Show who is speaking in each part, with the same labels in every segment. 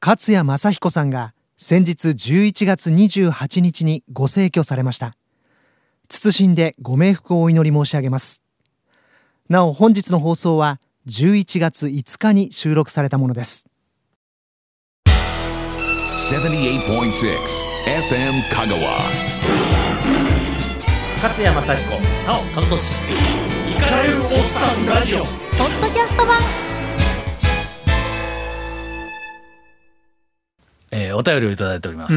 Speaker 1: 勝谷正彦さんが先日11月28日にご逝去されました謹んでご冥福をお祈り申し上げますなお本日の放送は11月5日に収録されたものです
Speaker 2: 78.6 FM Kagawa.
Speaker 3: 勝谷正彦
Speaker 4: なお和俊
Speaker 5: イカれるおっさんラジオ
Speaker 6: ポッドキャスト版
Speaker 4: えーお便りをいただいております、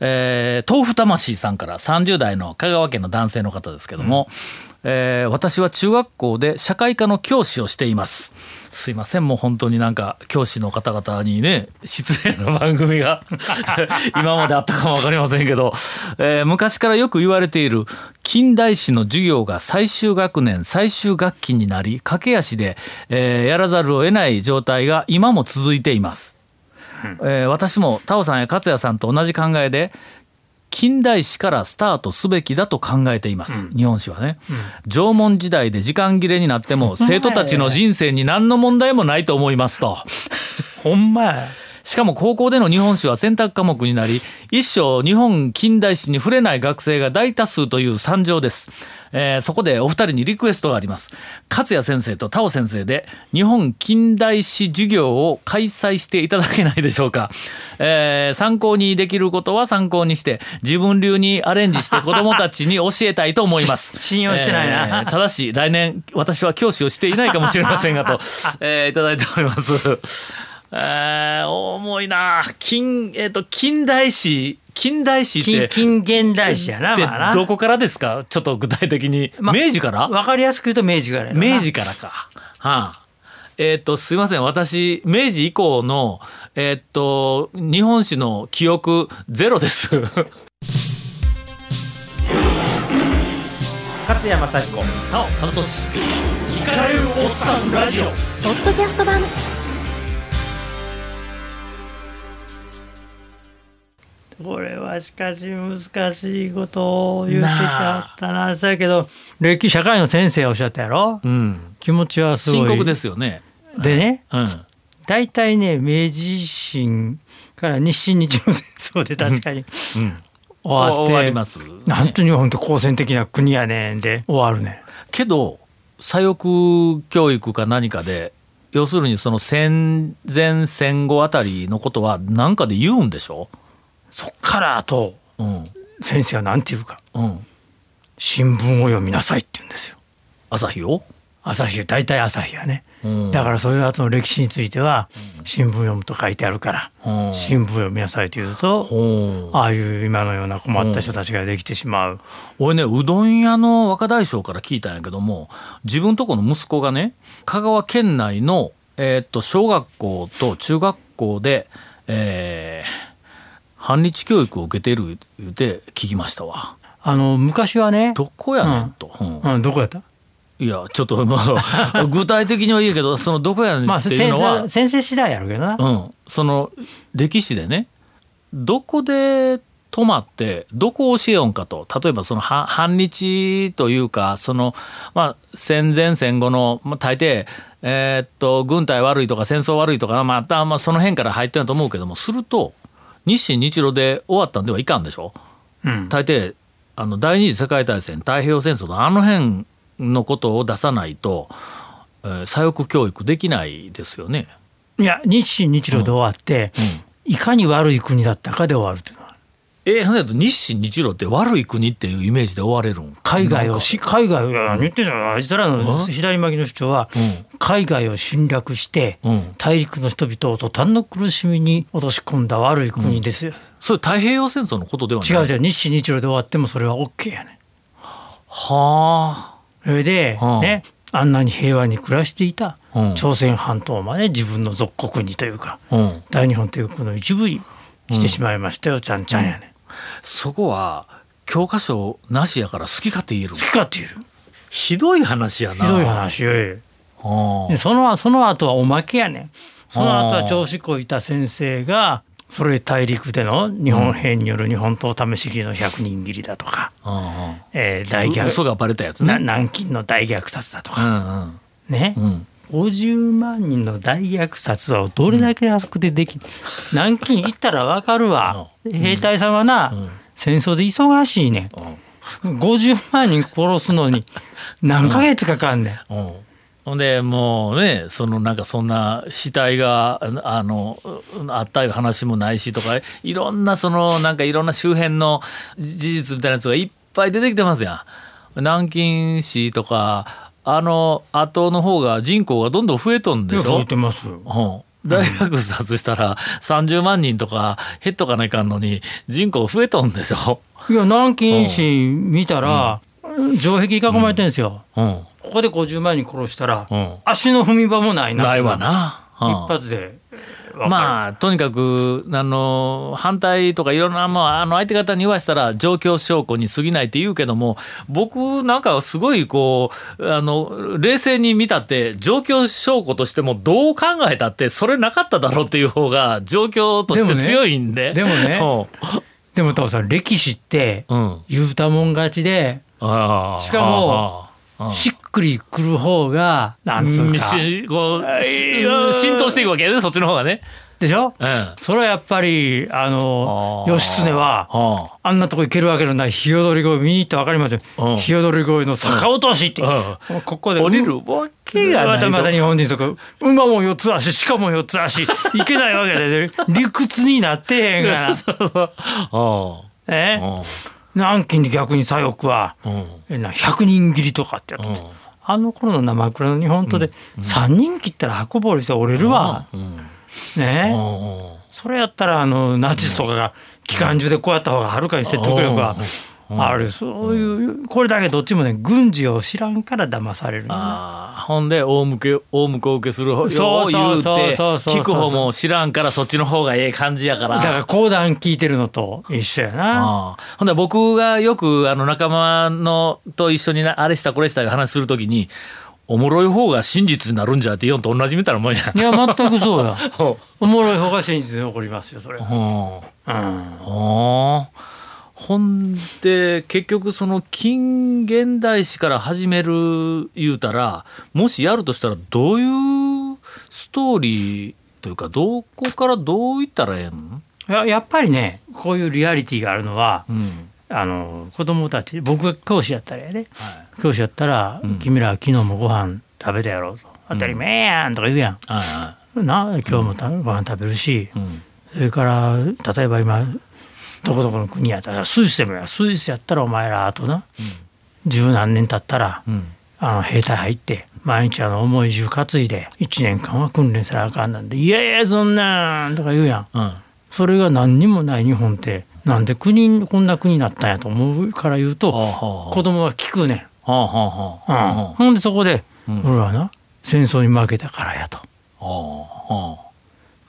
Speaker 4: えー豆腐魂さんから30代の香川県の男性の方ですけども、えー私は中学校で社会科の教師をしていますすいませんもう本当になんか教師の方々にね失礼な番組が今まであったかも分かりませんけど、えー昔からよく言われている近代史の授業が最終学年最終学期になり駆け足で、えーやらざるを得ない状態が今も続いていますえー私もタオさんや勝也さんと同じ考えで近代史からスタートすべきだと考えています、日本史はね、縄文時代で時間切れになっても生徒たちの人生に何の問題もないと思いますと
Speaker 3: ほんまや
Speaker 4: しかも高校での日本史は選択科目になり一生日本近代史に触れない学生が大多数という惨状です、えーそこでお二人にリクエストがあります勝也先生と田尾先生で日本近代史授業を開催していただけないでしょうか、えー参考にできることは参考にして自分流にアレンジして子どもたちに教えたいと思います
Speaker 3: 信用してない な
Speaker 4: ただし来年私は教師をしていないかもしれませんが と、えーいただいております。えー、重いな近,、えー、と近代史近代史って
Speaker 3: 近近現代史やな,、
Speaker 4: って
Speaker 3: まあ、
Speaker 4: ど
Speaker 3: な
Speaker 4: こからですかちょっと具体的に、
Speaker 3: まあ
Speaker 4: 明治から
Speaker 3: わかりやすく言うと明治ぐらいのな
Speaker 4: 明治からか。はあえーっとすいません私明治以降のえーっと日本史の記憶ゼロです。
Speaker 3: 勝谷正彦
Speaker 4: なお和俊
Speaker 5: イカれるおっさんラジオ
Speaker 6: ポッドキャスト版
Speaker 3: これはしかし難しいことを言ってきはったなそやけど歴社会の先生おっしゃったやろ
Speaker 4: うん、
Speaker 3: 気持ちはすご
Speaker 4: 深
Speaker 3: い
Speaker 4: 刻ですよね。
Speaker 3: でね
Speaker 4: うん、
Speaker 3: 大体ね明治維新から日清日露戦争で確かに
Speaker 4: うん、
Speaker 3: 終わって
Speaker 4: 終わります。
Speaker 3: なんとに本当好戦的な国やねんで終わるね
Speaker 4: けど左翼教育か何かで要するにその戦前戦後あたりのことは何かで言うんでしょ
Speaker 3: そっからあと
Speaker 4: うん
Speaker 3: 先生は何て言うか
Speaker 4: うん
Speaker 3: 新聞を読みなさいって言うんですよ
Speaker 4: 朝日を、
Speaker 3: 朝日大体朝日はね
Speaker 4: うん、
Speaker 3: だからそれ後の歴史については新聞読むと書いてあるから
Speaker 4: うん
Speaker 3: 新聞読みなさいと言うと
Speaker 4: うん
Speaker 3: ああいう今のような困った人たちができてしまう
Speaker 4: 俺ねうどん屋の若大将から聞いたんやけども自分とこの息子がね香川県内の、えーっと小学校と中学校で、えー反日教育を受けている言うて聞きましたわ。
Speaker 3: あの昔はね
Speaker 4: どこやねんと、うん
Speaker 3: うんどこやった
Speaker 4: いやちょっとまあ 具体的にはいいけどそのどこやねん
Speaker 3: まあ
Speaker 4: っていうのは
Speaker 3: 先、先生次第やるけどな
Speaker 4: うん、その歴史でねどこで泊まってどこを教えようんかと例えばそのは反日というかその、まあ、戦前戦後の、まあ、大抵、えーっと軍隊悪いとか戦争悪いとか、まあ、まあその辺から入ってると思うけどもすると日清日露で終わったんではいかんでしょ
Speaker 3: うん
Speaker 4: 大抵あの第二次世界大戦太平洋戦争のあの辺のことを出さないと、えー左翼教育できないですよね。
Speaker 3: いや日清日露で終わっていかに悪い国だったかで終わるというのは
Speaker 4: えー、そんなやと日清日露って悪い国っていうイメージで追われるん
Speaker 3: 海外
Speaker 4: なん
Speaker 3: を
Speaker 4: か
Speaker 3: し海外をいや何言ってんのあいつらの左巻きの主張は
Speaker 4: うん
Speaker 3: 海外を侵略して
Speaker 4: うん、
Speaker 3: 大陸の人々を途端の苦しみに落とし込んだ悪い国ですよ、
Speaker 4: それ太平洋戦争のことではない
Speaker 3: 違うじゃん日清日露で終わってもそれは OK やね
Speaker 4: は
Speaker 3: それで、
Speaker 4: うん
Speaker 3: ねあんなに平和に暮らしていた
Speaker 4: あ、うん
Speaker 3: 朝鮮半島まで自分の属国にというか
Speaker 4: うん、
Speaker 3: 大日本帝国の一部にしてしまいましたよ、ちゃんちゃんやね、
Speaker 4: そこは教科書なしやから好き勝手言える
Speaker 3: 好きかって言える
Speaker 4: ひどい話やな
Speaker 3: ひどい話よ
Speaker 4: は
Speaker 3: でそのその後はおまけやねんその後は調子こいた先生がそれ大陸での日本兵による日本刀試し切りの100人切りだとか、
Speaker 4: あ、
Speaker 3: え
Speaker 4: う
Speaker 3: ー大
Speaker 4: んうん、
Speaker 3: 虐
Speaker 4: 嘘がバレたやつ
Speaker 3: な
Speaker 4: ね
Speaker 3: 南京の大虐殺だと
Speaker 4: う
Speaker 3: か、
Speaker 4: んうん
Speaker 3: ね
Speaker 4: うん
Speaker 3: 50万人の大虐殺はどれだけあそこででき、南京行ったらわかるわ、兵隊さんはな、戦争で忙しいね、ん、50万人殺すのに何ヶ月かかんねん、
Speaker 4: うんほんでもうねそのなんかそんな死体があのあったいう話もないしとかいろんなそのなんかいろんな周辺の事実みたいなやつがいっぱい出てきてますやん。南京市とかあの後の方が人口がどんどん増えとんでしょ
Speaker 3: 増え。てますよ
Speaker 4: うん、大学殺したら30万人とか減っとかないかんのに人口増えとんでしょ。
Speaker 3: いや南京市見たら、城壁囲まれてるんですよ、
Speaker 4: うん
Speaker 3: ここで50万人殺したら、
Speaker 4: うん
Speaker 3: 足の踏み場もないな
Speaker 4: ないわな。うん
Speaker 3: 一発であ
Speaker 4: まあとにかくあの反対とかいろんな、まあ、あの相手方に言わしたら状況証拠に過ぎないって言うけども僕なんかすごいこうあの冷静に見たって状況証拠としてもどう考えたってそれなかっただろうっていう方が状況として強いんで。
Speaker 3: でもねでも多分さ歴史って
Speaker 4: うんうん
Speaker 3: 言うたもん勝ちで
Speaker 4: あー
Speaker 3: しかも
Speaker 4: あーあー
Speaker 3: しっくりくる方がなんつう
Speaker 4: うん
Speaker 3: か
Speaker 4: しこうし
Speaker 3: うん
Speaker 4: 浸透していくわけやねそっちの方がね。
Speaker 3: でしょ
Speaker 4: うん、
Speaker 3: それはやっぱりあの
Speaker 4: あー
Speaker 3: 義経は
Speaker 4: はあ
Speaker 3: あんなとこ行けるわけのない日踊り越え見に行ってわかりますよ
Speaker 4: うん
Speaker 3: 日踊り越えの逆落としって
Speaker 4: う
Speaker 3: ここで
Speaker 4: 降りるわけがな
Speaker 3: ま
Speaker 4: いと
Speaker 3: たまた日本人そこ馬も四つ足しかも四つ足いけないわけ で理屈になってへんか
Speaker 4: あ
Speaker 3: らね
Speaker 4: あ
Speaker 3: 南京で逆に左翼は
Speaker 4: うん
Speaker 3: えな100人切りとかってやつ
Speaker 4: うん
Speaker 3: あの頃の生倉の日本刀で3人切ったら箱ぼりして折れるわ、
Speaker 4: う
Speaker 3: ね
Speaker 4: んうん
Speaker 3: それやったらあのナチスとかが機関銃でこうやった方がはるかに説得力があるそういうこれだけどっちもね軍事を知らんから騙されるんだ
Speaker 4: ああほんで大向け大向こう受けする方よ
Speaker 3: そうう
Speaker 4: 言
Speaker 3: そうう
Speaker 4: て
Speaker 3: そうそうそう
Speaker 4: 聞く方も知らんからそっちの方がええ感じやから。
Speaker 3: だから講談聞いてるのと一緒やな。
Speaker 4: ああほんで僕がよくあの仲間のと一緒になあれしたこれしたいう話するときにおもろい方が真実になるんじゃって言うんと同じみたいなもんや。
Speaker 3: いや全くそ うだ
Speaker 4: ほ
Speaker 3: おもろい方が真実に起こりますよそれは
Speaker 4: ううん
Speaker 3: うん
Speaker 4: あーほんで結局その近現代史から始める言うたらもしやるとしたらどういうストーリーというかどこからどういったらええの、
Speaker 3: いややっぱりねこういうリアリティがあるのは
Speaker 4: うん
Speaker 3: あの子供たち僕が教師やったらやね
Speaker 4: はい
Speaker 3: 教師やったら、
Speaker 4: ん
Speaker 3: 君らは昨日もご飯食べたやろうと当たり前やんとか言うや
Speaker 4: はいは
Speaker 3: ん、な今日もたご飯食べるし、
Speaker 4: いうん
Speaker 3: それから例えば今どこどこの国やったらスイスでもやスイスやったらお前らあとな、十何年経ったら、
Speaker 4: うん
Speaker 3: あの兵隊入って毎日あの重い銃担いで1年間は訓練せなあかんなんで「いやいやそんなん」とか言うやん
Speaker 4: うん
Speaker 3: それが何にもない日本ってなんで国こんな国になったんやと思うから言うと、
Speaker 4: はあは
Speaker 3: 子供は聞くねん。
Speaker 4: あはあはあはあ
Speaker 3: うん
Speaker 4: は
Speaker 3: ほんでそこで、
Speaker 4: うん
Speaker 3: 俺はな戦争に負けたからやと
Speaker 4: あは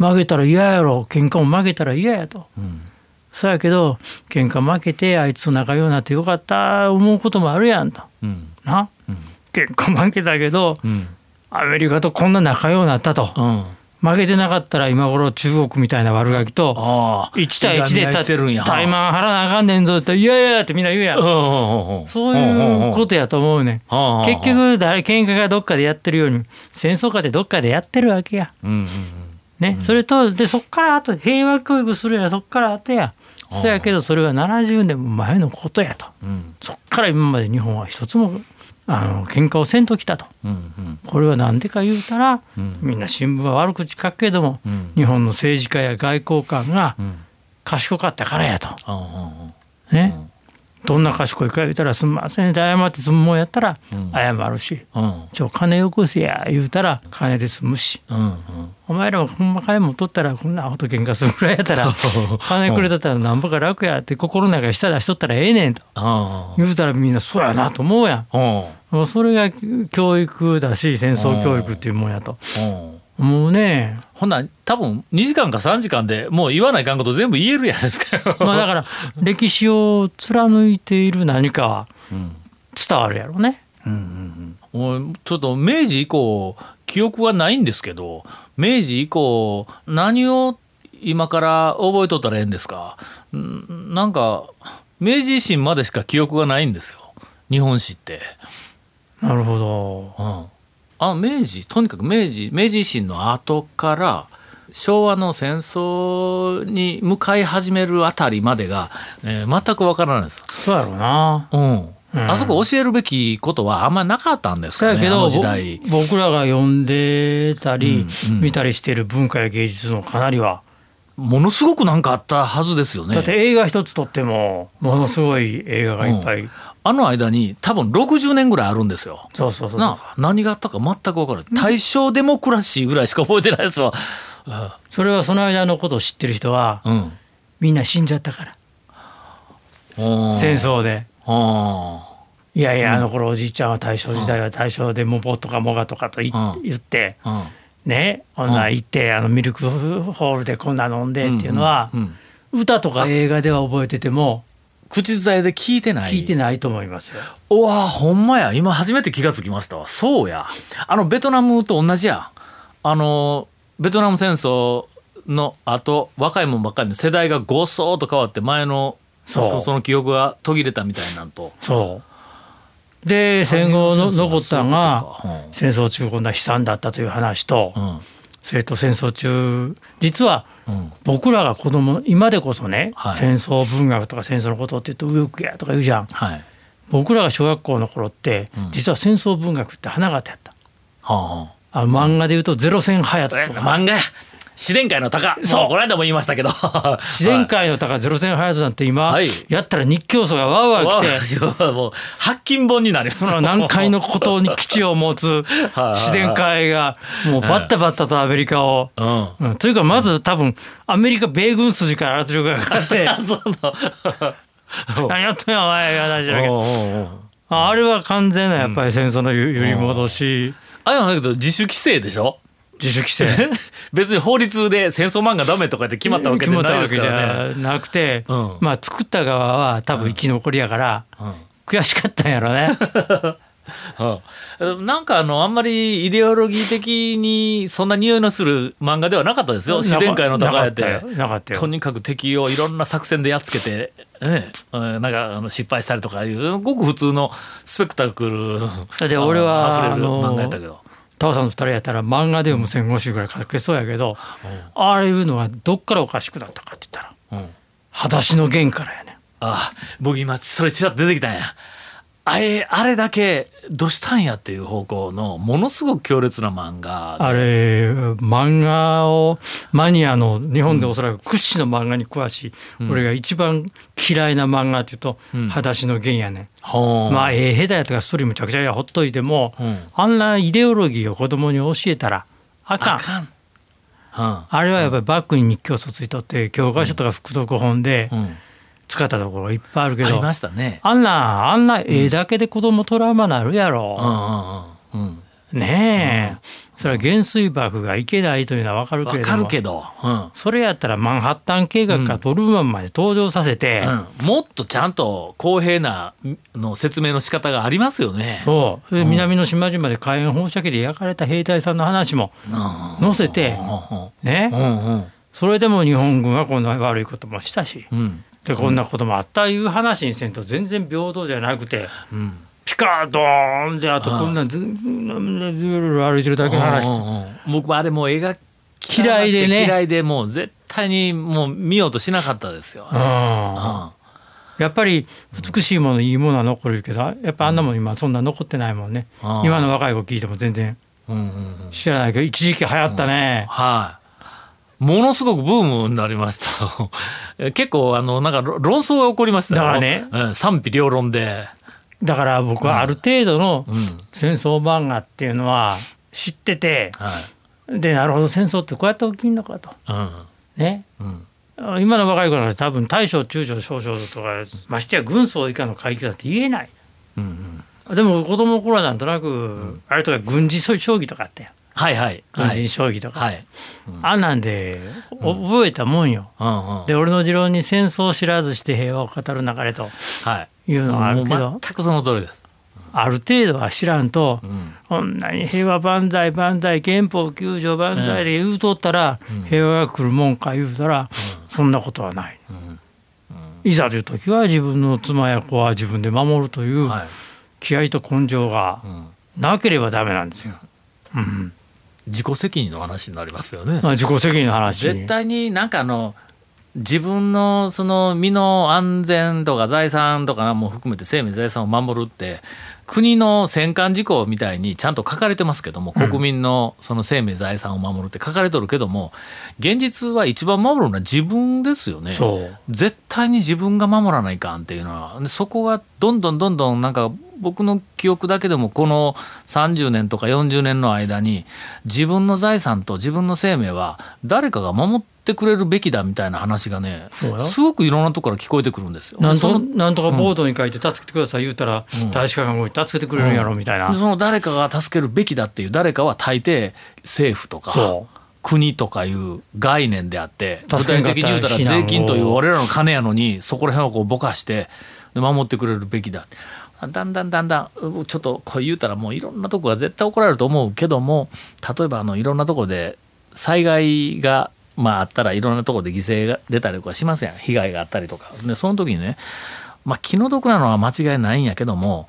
Speaker 4: あ
Speaker 3: 負けたら嫌やろ喧嘩も負けたら嫌やと
Speaker 4: うん
Speaker 3: そうやけど喧嘩負けてあいつと仲良くなってよかった思うこともあるやんと
Speaker 4: うん
Speaker 3: な、喧嘩負けたけど
Speaker 4: うん
Speaker 3: アメリカとこんな仲良くなったと、
Speaker 4: うん
Speaker 3: 負けてなかったら今頃中国みたいな悪ガキと
Speaker 4: ああ
Speaker 3: 1対1で
Speaker 4: 意外に愛してるんや
Speaker 3: タイマン張らなあかんねんぞっていやいやってみんな言うやん、
Speaker 4: うんうんうんうん
Speaker 3: そういうことやと思うねん、
Speaker 4: うんうんうん
Speaker 3: 結局誰喧嘩がどっかでやってるように戦争下でどっかでやってるわけや。
Speaker 4: うんうんうん
Speaker 3: ね、それとでそっからあと平和教育するやそっからあとやそやけどそれは70年も前のことやと、
Speaker 4: ん
Speaker 3: そっから今まで日本は一つもあの喧嘩をせんときたと
Speaker 4: うんうん
Speaker 3: これは何でか言うたら、みんな新聞は悪口書くけども、日本の政治家や外交官が賢かったからやと。
Speaker 4: うんうんうん
Speaker 3: ねどんな賢いか言うたら「すんません」って謝って済むもんやったら謝るし
Speaker 4: うん
Speaker 3: 「ちょ金よこせや」言うたら金で済むし
Speaker 4: うんうん
Speaker 3: お前らもほんま金も取ったらこんなアホと喧嘩するぐらいやっ たら金くれとったらなんぼか楽やって心の中に下出しとったらええねんと
Speaker 4: うん
Speaker 3: 言うたらみんなそうやなと思うや
Speaker 4: うん
Speaker 3: んもうそれが教育だし戦争教育っていうもんやと
Speaker 4: うん
Speaker 3: も うね
Speaker 4: ほんなら多分2時間か3時間でもう言わないかんこと全部言えるやないですか。
Speaker 3: まあだから歴史を貫いている何かは伝わるやろね
Speaker 4: もうちょっと明治以降記憶はないんですけど明治以降何を今から覚えとったらええんですかんなんか明治維新までしか記憶がないんですよ日本史って。
Speaker 3: なるほど
Speaker 4: うんあ明治とにかく明治明治維新の後から昭和の戦争に向かい始めるあたりまでが、えー全くわからないです。
Speaker 3: そうやろうな。
Speaker 4: うん
Speaker 3: ん
Speaker 4: あそこ教えるべきことはあんまなかったんです
Speaker 3: そ
Speaker 4: か
Speaker 3: や
Speaker 4: ね
Speaker 3: け
Speaker 4: あ
Speaker 3: ど、
Speaker 4: の
Speaker 3: ぼ
Speaker 4: 時代。
Speaker 3: 僕らが読んでたり、
Speaker 4: うんうん
Speaker 3: 見たりしてる文化や芸術のかなりは、
Speaker 4: ものすごくなんかあったはずですよね。
Speaker 3: だって映画一つ撮ってもものすごい映画がいっぱい、
Speaker 4: あの間に多分60年ぐらいあるんですよ。
Speaker 3: そうそうそう
Speaker 4: な何があったか全く分からない大正デモクラシーぐらいしか覚えてないですわ。
Speaker 3: それはその間のことを知ってる人は
Speaker 4: うん、
Speaker 3: みんな死んじゃったから戦争で
Speaker 4: うん
Speaker 3: いやいやあの頃おじいちゃんは大正時代は大正でモポとかモガとかとい
Speaker 4: うん
Speaker 3: 言って
Speaker 4: うん
Speaker 3: ね女行ってあのミルクホールでこんな飲んでっていうのは
Speaker 4: うんうん
Speaker 3: 歌とか映画では覚えてても
Speaker 4: 口伝えで聞いてない
Speaker 3: 聞いてないと思いますよ。
Speaker 4: うわあほんまや今初めて気がつきましたわそうやあのベトナムと同じやあのベトナム戦争のあと若いもんばっかりで世代がごそーっと変わって前の
Speaker 3: そう
Speaker 4: の記憶が途切れたみたいなんと
Speaker 3: そうで戦後の残ったんが
Speaker 4: そういうことか
Speaker 3: 戦争中こんな悲惨だったという話と。
Speaker 4: うんうん
Speaker 3: それと戦争中実は
Speaker 4: ん
Speaker 3: 僕らが子供今でこそね、
Speaker 4: はい
Speaker 3: 戦争文学とか戦争のことって言うと右翼やとか言うじゃん
Speaker 4: はいは
Speaker 3: 僕らが小学校の頃って、
Speaker 4: うん
Speaker 3: 実は戦争文学って花形やった
Speaker 4: あは
Speaker 3: あ漫画で言うと「ゼロ戦はやと
Speaker 4: あ
Speaker 3: か、
Speaker 4: 漫画や自然界の鷹そうこの間も言いましたけど
Speaker 3: 自然界の鷹ゼロ戦はやとなんて今、
Speaker 4: はい
Speaker 3: やったら日教祖がわーわー
Speaker 4: は
Speaker 3: 来て。
Speaker 4: いわあ もう発禁本になります
Speaker 3: その南海の孤島に基地を持つ
Speaker 4: はい
Speaker 3: 自然界がもうバッタバッタとアメリカを、
Speaker 4: うん
Speaker 3: うん、というかまず多分アメリカ米軍筋から圧力がかかって
Speaker 4: あ その
Speaker 3: 何やってんやお前いう話だけど
Speaker 4: あ
Speaker 3: ああれは完全なやっぱり戦争のゆ揺り戻し
Speaker 4: れはだけど自主規制でしょ
Speaker 3: 自主規制
Speaker 4: 別に法律で戦争漫画ダメとかって決まったわけじゃないですからね
Speaker 3: 決まったわけじゃなくて、
Speaker 4: うん
Speaker 3: まあ作った側は多分生き残りやから、悔しかったんや ろね
Speaker 4: うんなんかあのあんまりイデオロギー的にそんな匂いのする漫画ではなかったですよ自然界の高やっ
Speaker 3: な
Speaker 4: て
Speaker 3: かったよなかったよ
Speaker 4: とにかく敵をいろんな作戦でやっつけて、ねうんなんかあの失敗したりとかいうごく普通のスペクタクル
Speaker 3: だって俺は
Speaker 4: あの溢れる
Speaker 3: あの
Speaker 4: 漫画やったけど
Speaker 3: タオさんの2人やったら漫画でも戦後集ぐらい書けそうやけど、ああいうのはどっからおかしくなったかって言ったら
Speaker 4: うん
Speaker 3: 「裸足の弦」からやね
Speaker 4: あ僕今それちらっと出てきたんやあれあれだけどうしたんやっていう方向のものすごく強烈な漫画
Speaker 3: あれ漫画をマニアの日本でおそらく屈指の漫画に詳しい、俺が一番嫌いな漫画っていうと「
Speaker 4: ん
Speaker 3: 裸足の弦」やね、
Speaker 4: ほ
Speaker 3: ん、まあええ下手やとかストーリーむちゃくちゃやほっといても、
Speaker 4: うん
Speaker 3: あんなイデオロギーを子供に教えたらあかん
Speaker 4: あかんあ
Speaker 3: あれはやっぱりバックに日教卒いとって教科書とか副読本で
Speaker 4: うん、うん、
Speaker 3: 使ったところいっぱいあるけ
Speaker 4: あり
Speaker 3: ど、
Speaker 4: ましたね
Speaker 3: あんなあんな絵だけで子供トラウマなるやろ。
Speaker 4: うんうんうん
Speaker 3: ねえ、それは原水爆がいけないというのは分かるけ
Speaker 4: わ
Speaker 3: れど
Speaker 4: か
Speaker 3: も
Speaker 4: るけど、うん
Speaker 3: それやったらマンハッタン計画からトルーマンまで登場させて、
Speaker 4: うん、もっとちゃんと公平なの説明の仕方がありますよね。
Speaker 3: そうそれで南の島々で火炎放射器で焼かれた兵隊さんの話も載せて、ね
Speaker 4: うんうん
Speaker 3: それでも日本軍はこんな悪いこともしたし、
Speaker 4: うん
Speaker 3: でこんなこともあったいう話にせんと全然平等じゃなくて、ピカードーンであとこんなずずずるる歩いてるだけの話。
Speaker 4: うんうんうん僕はあれもう映画
Speaker 3: 嫌いでね
Speaker 4: 嫌いでもう絶対にもう見ようとしなかったですよ。
Speaker 3: う
Speaker 4: う
Speaker 3: ん
Speaker 4: ん
Speaker 3: やっぱり美しいものいいものは残るけどやっぱあんなもん今そんな残ってないもんね
Speaker 4: ああ
Speaker 3: 今の若い子聞いても全然
Speaker 4: うんうんうん
Speaker 3: 知らないけど一時期流行ったね
Speaker 4: はい。ものすごくブームになりましたえ。 結構あのなんかろ論争が起こりましたよ
Speaker 3: だからね
Speaker 4: うん賛否両論で。
Speaker 3: だから僕はある程度の
Speaker 4: うん。
Speaker 3: 戦争漫画っていうのは知ってて
Speaker 4: はい。
Speaker 3: でなるほど戦争ってこうやって起きんのかとね
Speaker 4: うんうん。
Speaker 3: 今の若い子なんて多分大将中将少将とかましてや軍曹以下の階級だって言えない
Speaker 4: うんうん。
Speaker 3: でも子供の頃はなんとなく、あれとか軍事将棋とかあったよ
Speaker 4: はいはい。
Speaker 3: 軍
Speaker 4: はい
Speaker 3: 事。将棋とか、
Speaker 4: はい。
Speaker 3: あんなんでお覚えたもんよ、
Speaker 4: うんうん。
Speaker 3: で俺の持論に戦争を知らずして平和を語る流れと
Speaker 4: はい。
Speaker 3: いうのはあるけ
Speaker 4: も
Speaker 3: ど
Speaker 4: う全くその通りです。
Speaker 3: ある程度は知らんと、
Speaker 4: ん
Speaker 3: こんなに平和万歳万歳憲法9条万歳で言うとったら、平和が来るもんか言うたら、そんなことはない、いざという時は自分の妻や子は自分で守るという
Speaker 4: はい。
Speaker 3: 気合と根性がなければダメなんですよ。うん
Speaker 4: 自己責任の話になりますよね。
Speaker 3: まあ、自己責任の話
Speaker 4: 絶対になんかあの自分のその身の安全とか財産とかも含めて生命財産を守るって国の戦艦事項みたいにちゃんと書かれてますけども国民のその生命財産を守るって書かれとるけども現実は一番守るのは自分ですよね。
Speaker 3: そう
Speaker 4: 絶対に自分が守らないかんっていうのはでそこがどんどんどんどんなんか僕の記憶だけでもこの30年とか40年の間に自分の財産と自分の生命は誰かが守ってくれるべきだみたいな話がね
Speaker 3: そうよ
Speaker 4: すごくいろんなとこから聞こえてくるんですよ。
Speaker 3: なん
Speaker 4: そ
Speaker 3: と
Speaker 4: の
Speaker 3: なんとかボードに書いて「助けてください」言うたら、大使館が動いて助けてくれるんやろみたいな、
Speaker 4: でその誰かが助けるべきだっていう誰かは大抵政府とか
Speaker 3: そ
Speaker 4: 国とかいう概念であって具
Speaker 3: 助
Speaker 4: 体
Speaker 3: けんかったら
Speaker 4: 的に言うたら
Speaker 3: 避難を
Speaker 4: 税金という俺らの金やのにそこら辺をこうぼかしてで守ってくれるべきだだんだんだんだんちょっとこう言うたらもういろんなとこが絶対怒られると思うけども例えばあのいろんなとこで災害がまああったらいろんなとこで犠牲が出たりとかしますやん被害があったりとかでその時にねまあ気の毒なのは間違いないんやけども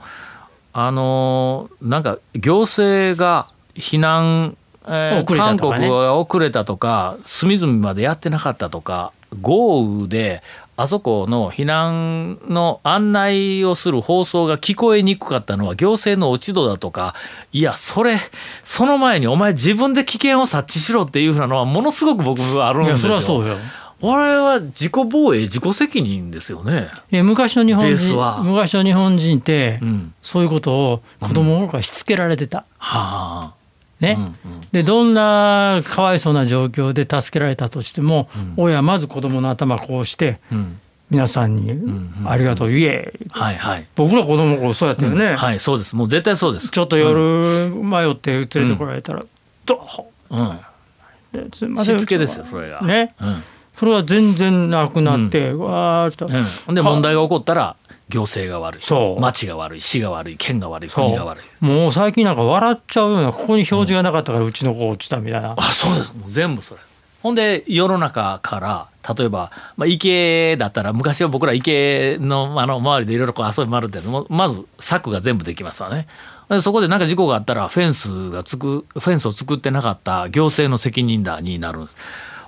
Speaker 4: あのーなんか行政が避難、えー
Speaker 3: 遅れた
Speaker 4: 韓
Speaker 3: とかね
Speaker 4: 国が遅れたとか隅々までやってなかったとか豪雨であそこの避難の案内をする放送が聞こえにくかったのは行政の落ち度だとかいやそれその前にお前自分で危険を察知しろっていうふうなのはものすごく僕はある
Speaker 3: うんい
Speaker 4: で
Speaker 3: や
Speaker 4: す
Speaker 3: そ
Speaker 4: よ。
Speaker 3: れはそうよ
Speaker 4: これは自己防衛自己責任ですよね。
Speaker 3: え昔の日本
Speaker 4: ベースは
Speaker 3: 人昔の日本人って、
Speaker 4: うん、
Speaker 3: そういうことを子供の頃からしつけられてた、
Speaker 4: はあ。
Speaker 3: ね、
Speaker 4: うんうん
Speaker 3: でどんなかわいそうな状況で助けられたとしても、親はまず子供の頭こうして
Speaker 4: うん、
Speaker 3: 皆さんに
Speaker 4: んうん
Speaker 3: ありがとう言え、
Speaker 4: はいはい。
Speaker 3: 僕ら子供の頃そうやったよね、
Speaker 4: はい、そうです。もう絶対そうです。
Speaker 3: ちょっと夜迷って連れてこられたら、ドッ
Speaker 4: うん。
Speaker 3: ですいません
Speaker 4: しつけですよ、それが。
Speaker 3: ね
Speaker 4: うん。
Speaker 3: それは全然なくなって、わーっと、
Speaker 4: うん。ほんで、
Speaker 3: か
Speaker 4: 問題が起こったら、行政が悪い。
Speaker 3: そう
Speaker 4: 町が悪い、市が悪い、県が悪い、
Speaker 3: そう
Speaker 4: 国が悪い。
Speaker 3: もう最近なんか笑っちゃうようなここに表示がなかったからうちの子落ちたみたいな、
Speaker 4: あ、そうです。もう全部それ。ほんで世の中から例えば、まあ、池だったら昔は僕ら池のあの周りでいろいろこう遊び回るけどもまず柵が全部できますわね。でそこで何か事故があったらフェンスがつくフェンスを作ってなかった行政の責任だになるんです。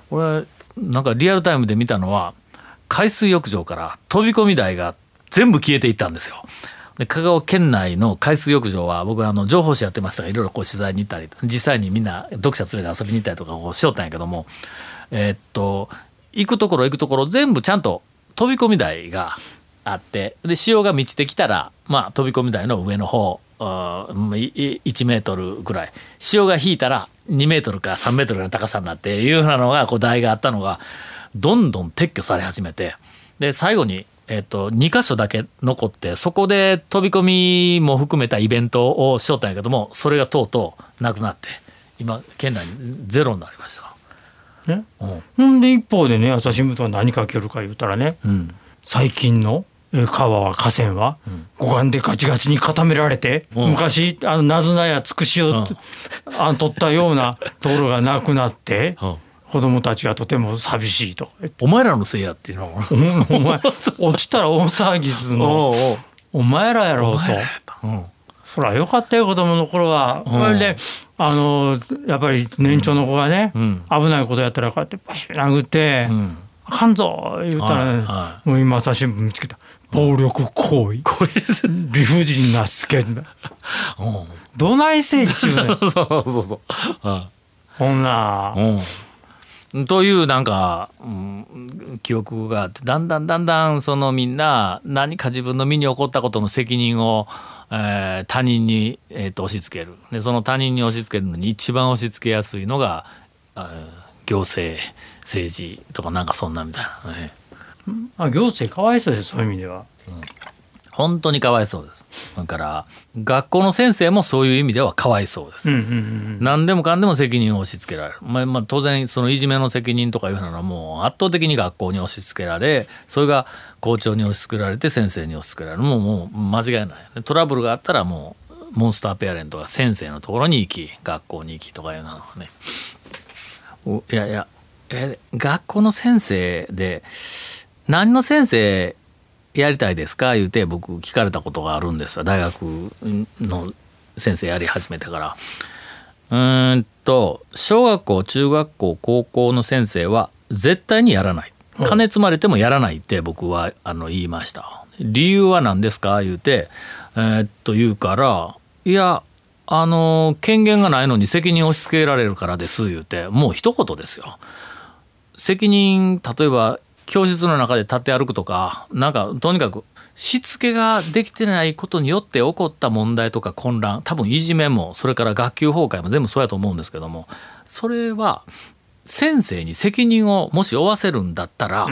Speaker 4: 俺なんかリアルタイムで見たのは海水浴場から飛び込み台が全部消えていったんですよ。で香川県内の海水浴場は僕はあの情報誌やってましたがいろいろこう取材に行ったり実際にみんな読者連れて遊びに行ったりとかこうしよったんやけどもえーっと行くところ行くところ全部ちゃんと飛び込み台があってで潮が満ちてきたら、まあ、飛び込み台の上の方あーうんいい1メートルぐらい潮が引いたら2メートルか3メートルの高さになっていうふうなのがこう台があったのがどんどん撤去され始めてで最後に、えっと2箇所だけ残ってそこで飛び込みも含めたイベントをしよったんやけどもそれがとうとうなくなって今県内にゼロになりました。
Speaker 3: ね
Speaker 4: うん
Speaker 3: ほんで一方でね朝日新聞は何書けるか言うたらね
Speaker 4: うん
Speaker 3: 最近のえー川は河川は護岸でガチガチに固められて、
Speaker 4: うん
Speaker 3: 昔あのなずなやつくしをつ、あの取ったようなところがなくなって、
Speaker 4: うん
Speaker 3: 子供たちがとても寂しいとか言って
Speaker 4: お前らのせいやっていうのも。
Speaker 3: お前落ちたら大騒ぎするの
Speaker 4: おうおう
Speaker 3: お前らやろうと。
Speaker 4: うん
Speaker 3: そらよかったよ子供の頃は。それであのやっぱり年長の子がね、
Speaker 4: ん
Speaker 3: 危ないことやったらこうやってバシッ殴って「
Speaker 4: うん
Speaker 3: あかんぞ」言うたらね、
Speaker 4: はいは
Speaker 3: もう今朝日新聞見つけた暴力行為、
Speaker 4: こいつ
Speaker 3: 理不尽なしつけ
Speaker 4: うん
Speaker 3: どないせいっちゅうねん
Speaker 4: そうそうそう。うん
Speaker 3: ほんな
Speaker 4: うん、というなんか、うん、記憶があってだんだんだんだんそのみんな何か自分の身に起こったことの責任を、えー他人に、えーと押し付けるでその他人に押し付けるのに一番押し付けやすいのが、あー行政政治とかなんかそんなみたいな、ね、
Speaker 3: あ行政かわいそうですそういう意味では。
Speaker 4: 本当にかわいそうですだから学校の先生もそういう意味ではかわいそうです
Speaker 3: うん、うんうん
Speaker 4: 何でもかんでも責任を押し付けられる、まあまあ、当然そのいじめの責任とかいうのはもう圧倒的に学校に押し付けられそれが校長に押し付けられて先生に押し付けられるもうもう間違いないトラブルがあったらもうモンスターペアレントが先生のところに行き学校に行きとかいうのがねおいやいやえ学校の先生で何の先生やりたいですか?」言うて僕聞かれたことがあるんですよ大学の先生やり始めてから。うーんと小学校中学校高校の先生は絶対にやらない金積まれてもやらないって僕はあの言いました理由は何ですか言うてえーっと言うからいやあの権限がないのに責任押し付けられるからです言うてもう一言ですよ責任例えば教室の中で立って歩くとかなんかとにかくしつけができてないことによって起こった問題とか混乱多分いじめもそれから学級崩壊も全部そうやと思うんですけどもそれは先生に責任をもし負わせるんだったら、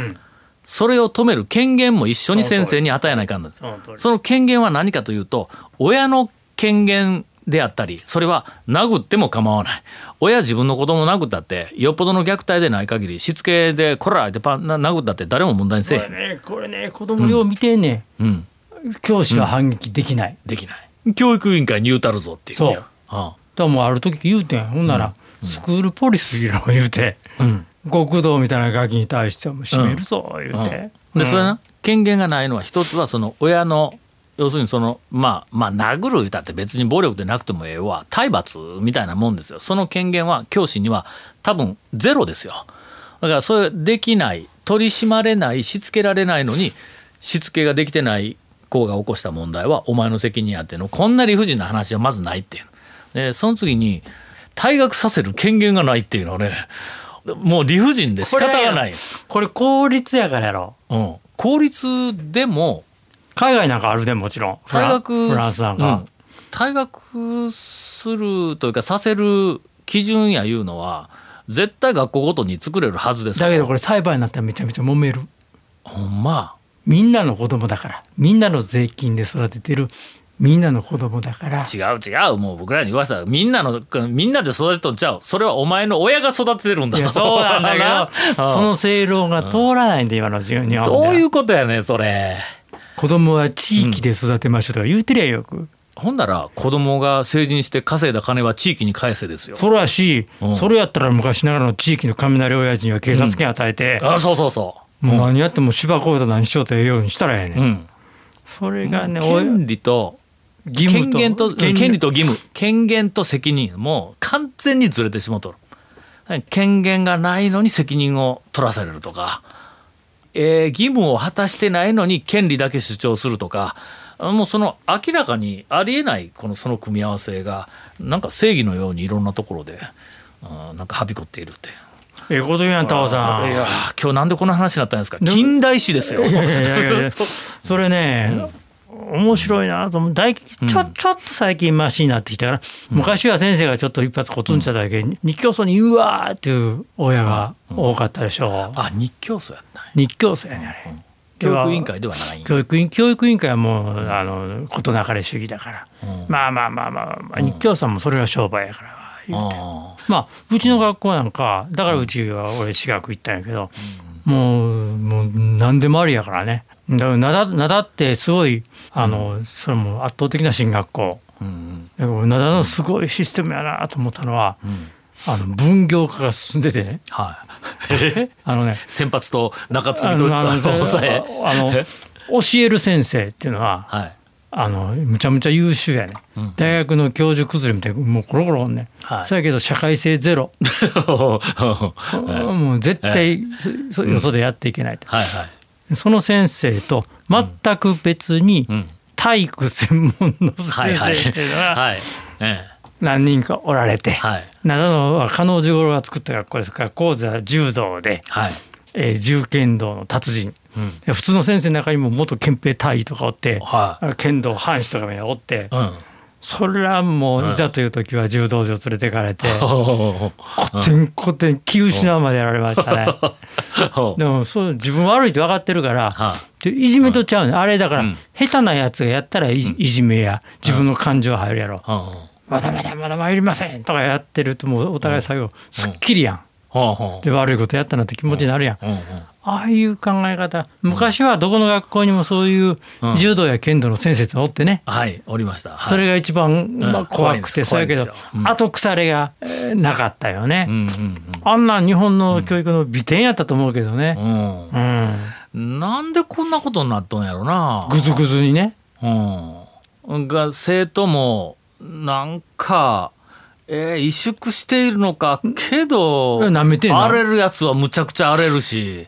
Speaker 4: それを止める権限も一緒に先生に与えないかんなんです
Speaker 3: その通り
Speaker 4: その権限は何かというと親の権限であったりそれは殴っても構わない親自分の子供を殴ったってよっぽどの虐待でない限りしつけでこらってパンな殴ったって誰も問題にせえへ
Speaker 3: これ
Speaker 4: ん、
Speaker 3: ねこれね子供よう見てんね、
Speaker 4: うん、
Speaker 3: ん、教師は反撃できない、
Speaker 4: できない教育委員会に言うたるぞっていう
Speaker 3: そう
Speaker 4: うんあ
Speaker 3: ともうある時言うてんほんなら、スクールポリスいろ言うて、
Speaker 4: ん
Speaker 3: 極道みたいなガキに対してはもう閉めるぞ言うて、
Speaker 4: でそれな権限がないのは一つはその親の要するにそのまあまあ殴る言うたって別に暴力でなくてもええわ体罰みたいなもんですよその権限は教師には多分ゼロですよだからそれできない取り締まれないしつけられないのにしつけができてない子が起こした問題はお前の責任やってのこんな理不尽な話はまずないっていうでその次に退学させる権限がないっていうのはねもう理不尽で仕方がない。
Speaker 3: これ公立やからやろ
Speaker 4: うん、公立でも
Speaker 3: 海外なんかあるでもちろんフ
Speaker 4: 退
Speaker 3: ラン
Speaker 4: 学
Speaker 3: フランスなん
Speaker 4: う
Speaker 3: か、
Speaker 4: ん退学するというかさせる基準やいうのは絶対学校ごとに作れるはずですよ
Speaker 3: だけどこれ裁判になったらめちゃめちゃ揉める
Speaker 4: ほんま
Speaker 3: みんなの子供だからみんなの税金で育ててるみんなの子供だから
Speaker 4: 違う違うもう僕らに言わせたらみんなのみんなで育てとんちゃうそれはお前の親が育ててるんだ
Speaker 3: い
Speaker 4: と
Speaker 3: やそうな んだけ
Speaker 4: う
Speaker 3: ど
Speaker 4: ん
Speaker 3: その正論が通らないんで今の授業には
Speaker 4: どういうことやねんそれ
Speaker 3: 子供は地域で育てましょうとか言うてりゃよく、
Speaker 4: ほんなら子供が成人して稼いだ金は地域に返せですよ
Speaker 3: それやし、
Speaker 4: うん
Speaker 3: それやったら昔ながらの地域の雷親父には警察権与えて、
Speaker 4: あそうそうそ
Speaker 3: もう何やっても芝公園と何しようとええようにしたらええね、、
Speaker 4: ううんん
Speaker 3: それがね、お
Speaker 4: 権利と
Speaker 3: 義
Speaker 4: 権
Speaker 3: 務と
Speaker 4: 限と権
Speaker 3: 利
Speaker 4: 利と義務権限と責任もう完全にずれてしもうとる権限がないのに責任を取らされるとか、えー義務を果たしてないのに権利だけ主張するとかもうその明らかにありえないこのその組み合わせがなんか正義のようにいろんなところで、うん、なんかはびこっているって。
Speaker 3: ええこと言うやんタオさ
Speaker 4: い
Speaker 3: ん
Speaker 4: やー今日なんでこんな話になったんですか近代史ですよ。
Speaker 3: いやいやいやい や
Speaker 4: そうそう
Speaker 3: それね、面白いなと思う大ちょちょっと最近マシになってきたから、昔は先生がちょっと一発コツンしただけに日教祖に「うわ!」っていう親が多かったでしょう、
Speaker 4: あ日教祖やったんや
Speaker 3: 日教祖やねあれ、
Speaker 4: 教育委員会ではないんや
Speaker 3: 教育委員教育委員会はもうあの事なかれ主義だから、まあまあまあまあ、まあ、日教さんもそれが商売やから言うて、
Speaker 4: あ
Speaker 3: まあうちの学校なんかだからうちは俺私学行ったんやけど、もうもう何でもありやからねだから灘灘ってすごいあの、それも圧倒的な進学校
Speaker 4: ーうん
Speaker 3: だから灘のすごいシステムやなと思ったのは、あの分業化が進んでてね
Speaker 4: はい。 え
Speaker 3: あのね
Speaker 4: 先発と中継
Speaker 3: あ
Speaker 4: ぎと
Speaker 3: のあ の
Speaker 4: 抑え。
Speaker 3: あの教える先生っていうのは
Speaker 4: はい。
Speaker 3: あのむちゃむちゃ優秀やね、大学の教授崩れみたいにもうコロコロおんねん、
Speaker 4: はい
Speaker 3: そやけど社会性ゼロ、もう絶対そよそでやっていけないと、
Speaker 4: はいはい。
Speaker 3: その先生と全く別に体育専門の
Speaker 4: はい
Speaker 3: 先
Speaker 4: はい。
Speaker 3: 生っていうのが
Speaker 4: はい。え
Speaker 3: 何人かおられて、
Speaker 4: えはい。
Speaker 3: 長野は加納十五郎が作った学校ですから講座は柔道で、
Speaker 4: はい。
Speaker 3: えー銃剣道の達人、普通の先生の中にも元憲兵隊員とかおって、
Speaker 4: は
Speaker 3: 剣道藩士とかみたいなのおって。
Speaker 4: うん。
Speaker 3: それはもういざという時は柔道場連れてかれて、
Speaker 4: ほ
Speaker 3: こてんこてん気失うまでやられましたね。でもそう自分悪いって分かってるから、
Speaker 4: はい
Speaker 3: でいじめとちゃうねあれだから、
Speaker 4: うん
Speaker 3: 下手なやつがやったらい,、じめや自分の感情入るやろ、まだまだまだ参りませんとかやってるともうお互い最後、すっきりやん
Speaker 4: ほ
Speaker 3: で悪いことやったなって気持ちになるやん、ああいう考え方昔はどこの学校にもそういう柔道や剣道の先生っておってね、
Speaker 4: はい。おりました。はい
Speaker 3: それが一番、ま
Speaker 4: 怖
Speaker 3: あ、
Speaker 4: い
Speaker 3: 怖
Speaker 4: んで
Speaker 3: く
Speaker 4: す
Speaker 3: てそうやけど
Speaker 4: 怖いんですようん
Speaker 3: 後腐れがえーなかったよね、
Speaker 4: うん
Speaker 3: あんなん日本の教育の美点やったと思うけどね
Speaker 4: う、んうん
Speaker 3: うん、
Speaker 4: うん。なんでこんなことになっとんやろな。
Speaker 3: ぐずぐずにね
Speaker 4: うん、が生徒もなんかえー、萎縮しているのかけど
Speaker 3: え舐めてんの
Speaker 4: 荒れるやつはむちゃくちゃ荒れるし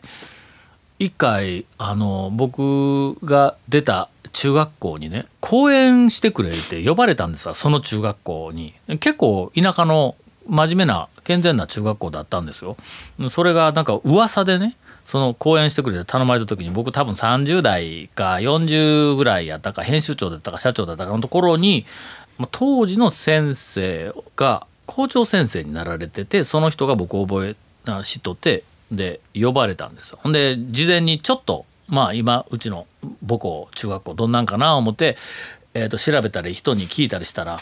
Speaker 4: 一回あの僕が出た中学校にね講演してくれって呼ばれたんですわその中学校に結構田舎の真面目な健全な中学校だったんですよそれがなんか噂でねその講演してくれて頼まれた時に僕多分30代か40ぐらいやったか編集長だったか社長だったかのところにまあ当時の先生が校長先生になられててその人が僕を覚えあ知っとってで呼ばれたんですよ。ほんで事前にちょっとまあ今うちの母校中学校どんなんかな思って、えー、と調べたり人に聞いたりしたら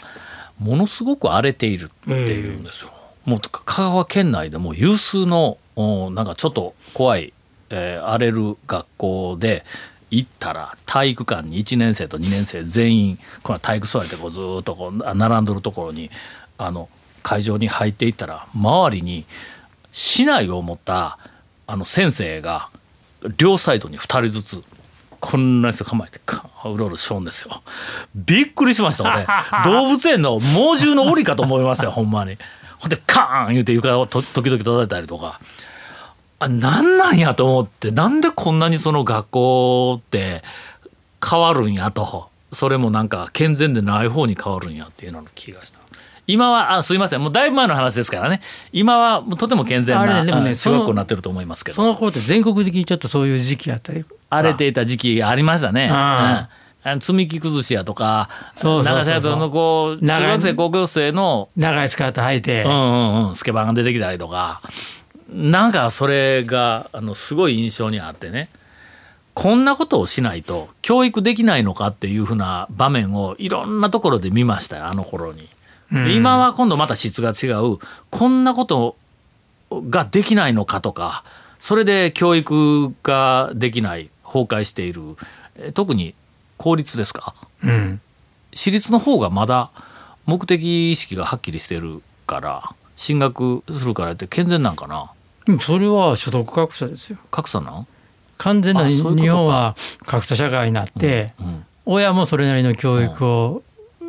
Speaker 4: ものすごく荒れているっていうんですよ。もうか香川県内でもう有数のおなんかちょっと怖い、えー荒れる学校で行ったら体育館に1年生と2年生全員この体育座りでこうずーっとこうあ並んどるところにあの会場に入っていったら周りに竹刀を持ったあの先生が両サイドに2人ずつこんな人構えてかうろうろしょんですよびっくりしました俺動物園の猛獣の檻かと思いましたよほんまにほんでカーン言うて床をと時々叩いたりとかあなんなんやと思ってなんでこんなにその学校って変わるんやとそれもなんか健全でない方に変わるんやっていうのの気がした今はあすいませんもうだいぶ前の話ですからね今はもうとても健全
Speaker 3: あ
Speaker 4: な、
Speaker 3: れでもね
Speaker 4: うん
Speaker 3: そ
Speaker 4: 中
Speaker 3: の
Speaker 4: 学校になってると思いますけど
Speaker 3: その頃って全国的にちょっとそういう時期やったり
Speaker 4: 荒れていた時期がありましたね。うん
Speaker 3: ん
Speaker 4: あの積み木崩しやとか、
Speaker 3: そうそうそうそ
Speaker 4: 長瀬
Speaker 3: う
Speaker 4: のこう中
Speaker 3: 長い
Speaker 4: 学生高校生の
Speaker 3: 長いスカート履いて、
Speaker 4: うんうんうんスケバンが出てきたりとか、なんかそれがあのすごい印象にあってね。こんなことをしないと教育できないのかっていうふうな場面をいろんなところで見ましたよあの頃に。で今は今度また質が違うこんなことができないのかとかそれで教育ができない崩壊しているえー特に公立ですか
Speaker 3: うん
Speaker 4: 私立の方がまだ目的意識がはっきりしてるから進学するからって健全なんかな
Speaker 3: でもそれは所得格差ですよ
Speaker 4: 格差なん、
Speaker 3: 完全
Speaker 4: あ
Speaker 3: な
Speaker 4: そういうことか
Speaker 3: 日本は格差社会になって、
Speaker 4: うん
Speaker 3: 親もそれなりの教育を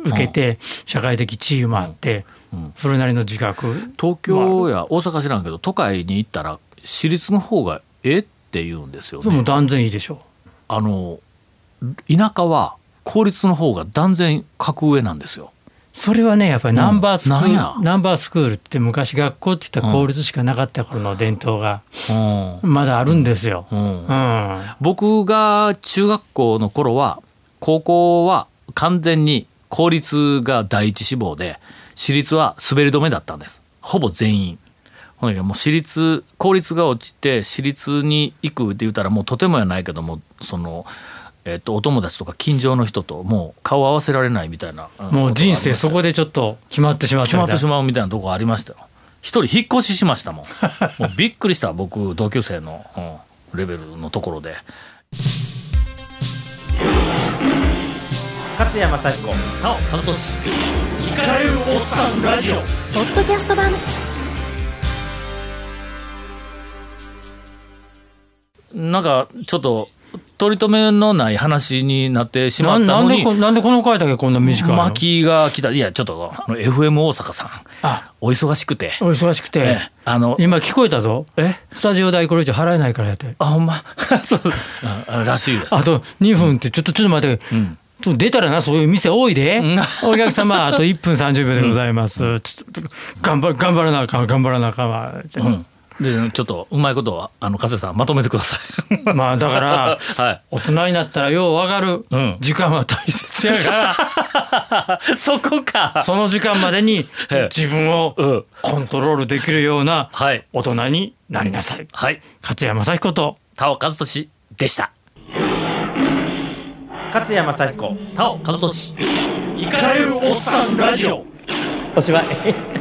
Speaker 3: 受けて社会的地位もあって
Speaker 4: うん
Speaker 3: それなりの自覚
Speaker 4: 東京や大阪知らんけど都会に行ったら私立の方がええって言うんですよ
Speaker 3: それも
Speaker 4: ね。
Speaker 3: 断然いいでしょ
Speaker 4: あの田舎は公立の方が断然格上なんですよ。
Speaker 3: それはねやっぱりナンバースクール、
Speaker 4: うんなんや
Speaker 3: ナンバースクールって昔学校って言ったら公立しかなかった頃の伝統が
Speaker 4: うん
Speaker 3: まだあるんですよ。
Speaker 4: う
Speaker 3: うんん、あ
Speaker 4: 僕が中学校の頃は高校は完全に公立が第一志望で私立は滑り止めだったんですほぼ全員ほんでもう私立公立が落ちて私立に行くって言ったらもうとてもやないけどもその、えっとお友達とか近所の人ともう顔合わせられないみたいな
Speaker 3: もう人生そこでちょっと決まってしまった
Speaker 4: 決
Speaker 3: み
Speaker 4: ま
Speaker 3: た
Speaker 4: っ
Speaker 3: い
Speaker 4: てしまうみたいなとこありましたよ一人引っ越ししました もんもうびっくりした僕同級生の、うんレベルのところで
Speaker 7: 勝山幸子
Speaker 4: なお田中俊
Speaker 5: イカれるおっさんラジオ
Speaker 6: ポッドキャスト版
Speaker 4: なんかちょっと取り留めのない話になってしまっ
Speaker 3: なな
Speaker 4: た
Speaker 3: ん
Speaker 4: の
Speaker 3: で
Speaker 4: に
Speaker 3: こなんでこの回だけこんな短いの
Speaker 4: 巻きが来たいやちょっとあの FM 大阪さん
Speaker 3: あ
Speaker 4: お忙しくて、
Speaker 3: お忙しくて、
Speaker 4: ええあの
Speaker 3: 今聞こえたぞ
Speaker 4: え
Speaker 3: スタジオ代これ以上払えないからやって
Speaker 4: あほんま そうああらしいです
Speaker 3: あと2分ってちょっとちょっと待って、
Speaker 4: ん
Speaker 3: ちょっと出たらなそういう店多いで、
Speaker 4: ん
Speaker 3: お 客様あと1分30秒でございます、ちょっと頑張頑張らなあかん頑張らなあかんわって、
Speaker 4: うんでちょっとうまいことをあの加瀬さんまとめてください
Speaker 3: まあだから
Speaker 4: は
Speaker 3: 大人になったらようわかる、
Speaker 4: うん
Speaker 3: 時間は大切やか
Speaker 4: い そこ から
Speaker 3: その時間までに
Speaker 4: ええ
Speaker 3: 自分を
Speaker 4: うん
Speaker 3: コントロールできるような
Speaker 4: はい
Speaker 3: 大人になりなさい
Speaker 4: はい
Speaker 3: 勝山雅彦と
Speaker 4: 田尾和俊でした
Speaker 7: 勝山幸子
Speaker 4: 田尾和俊
Speaker 5: イカれるおっさんラジオ
Speaker 7: おしまい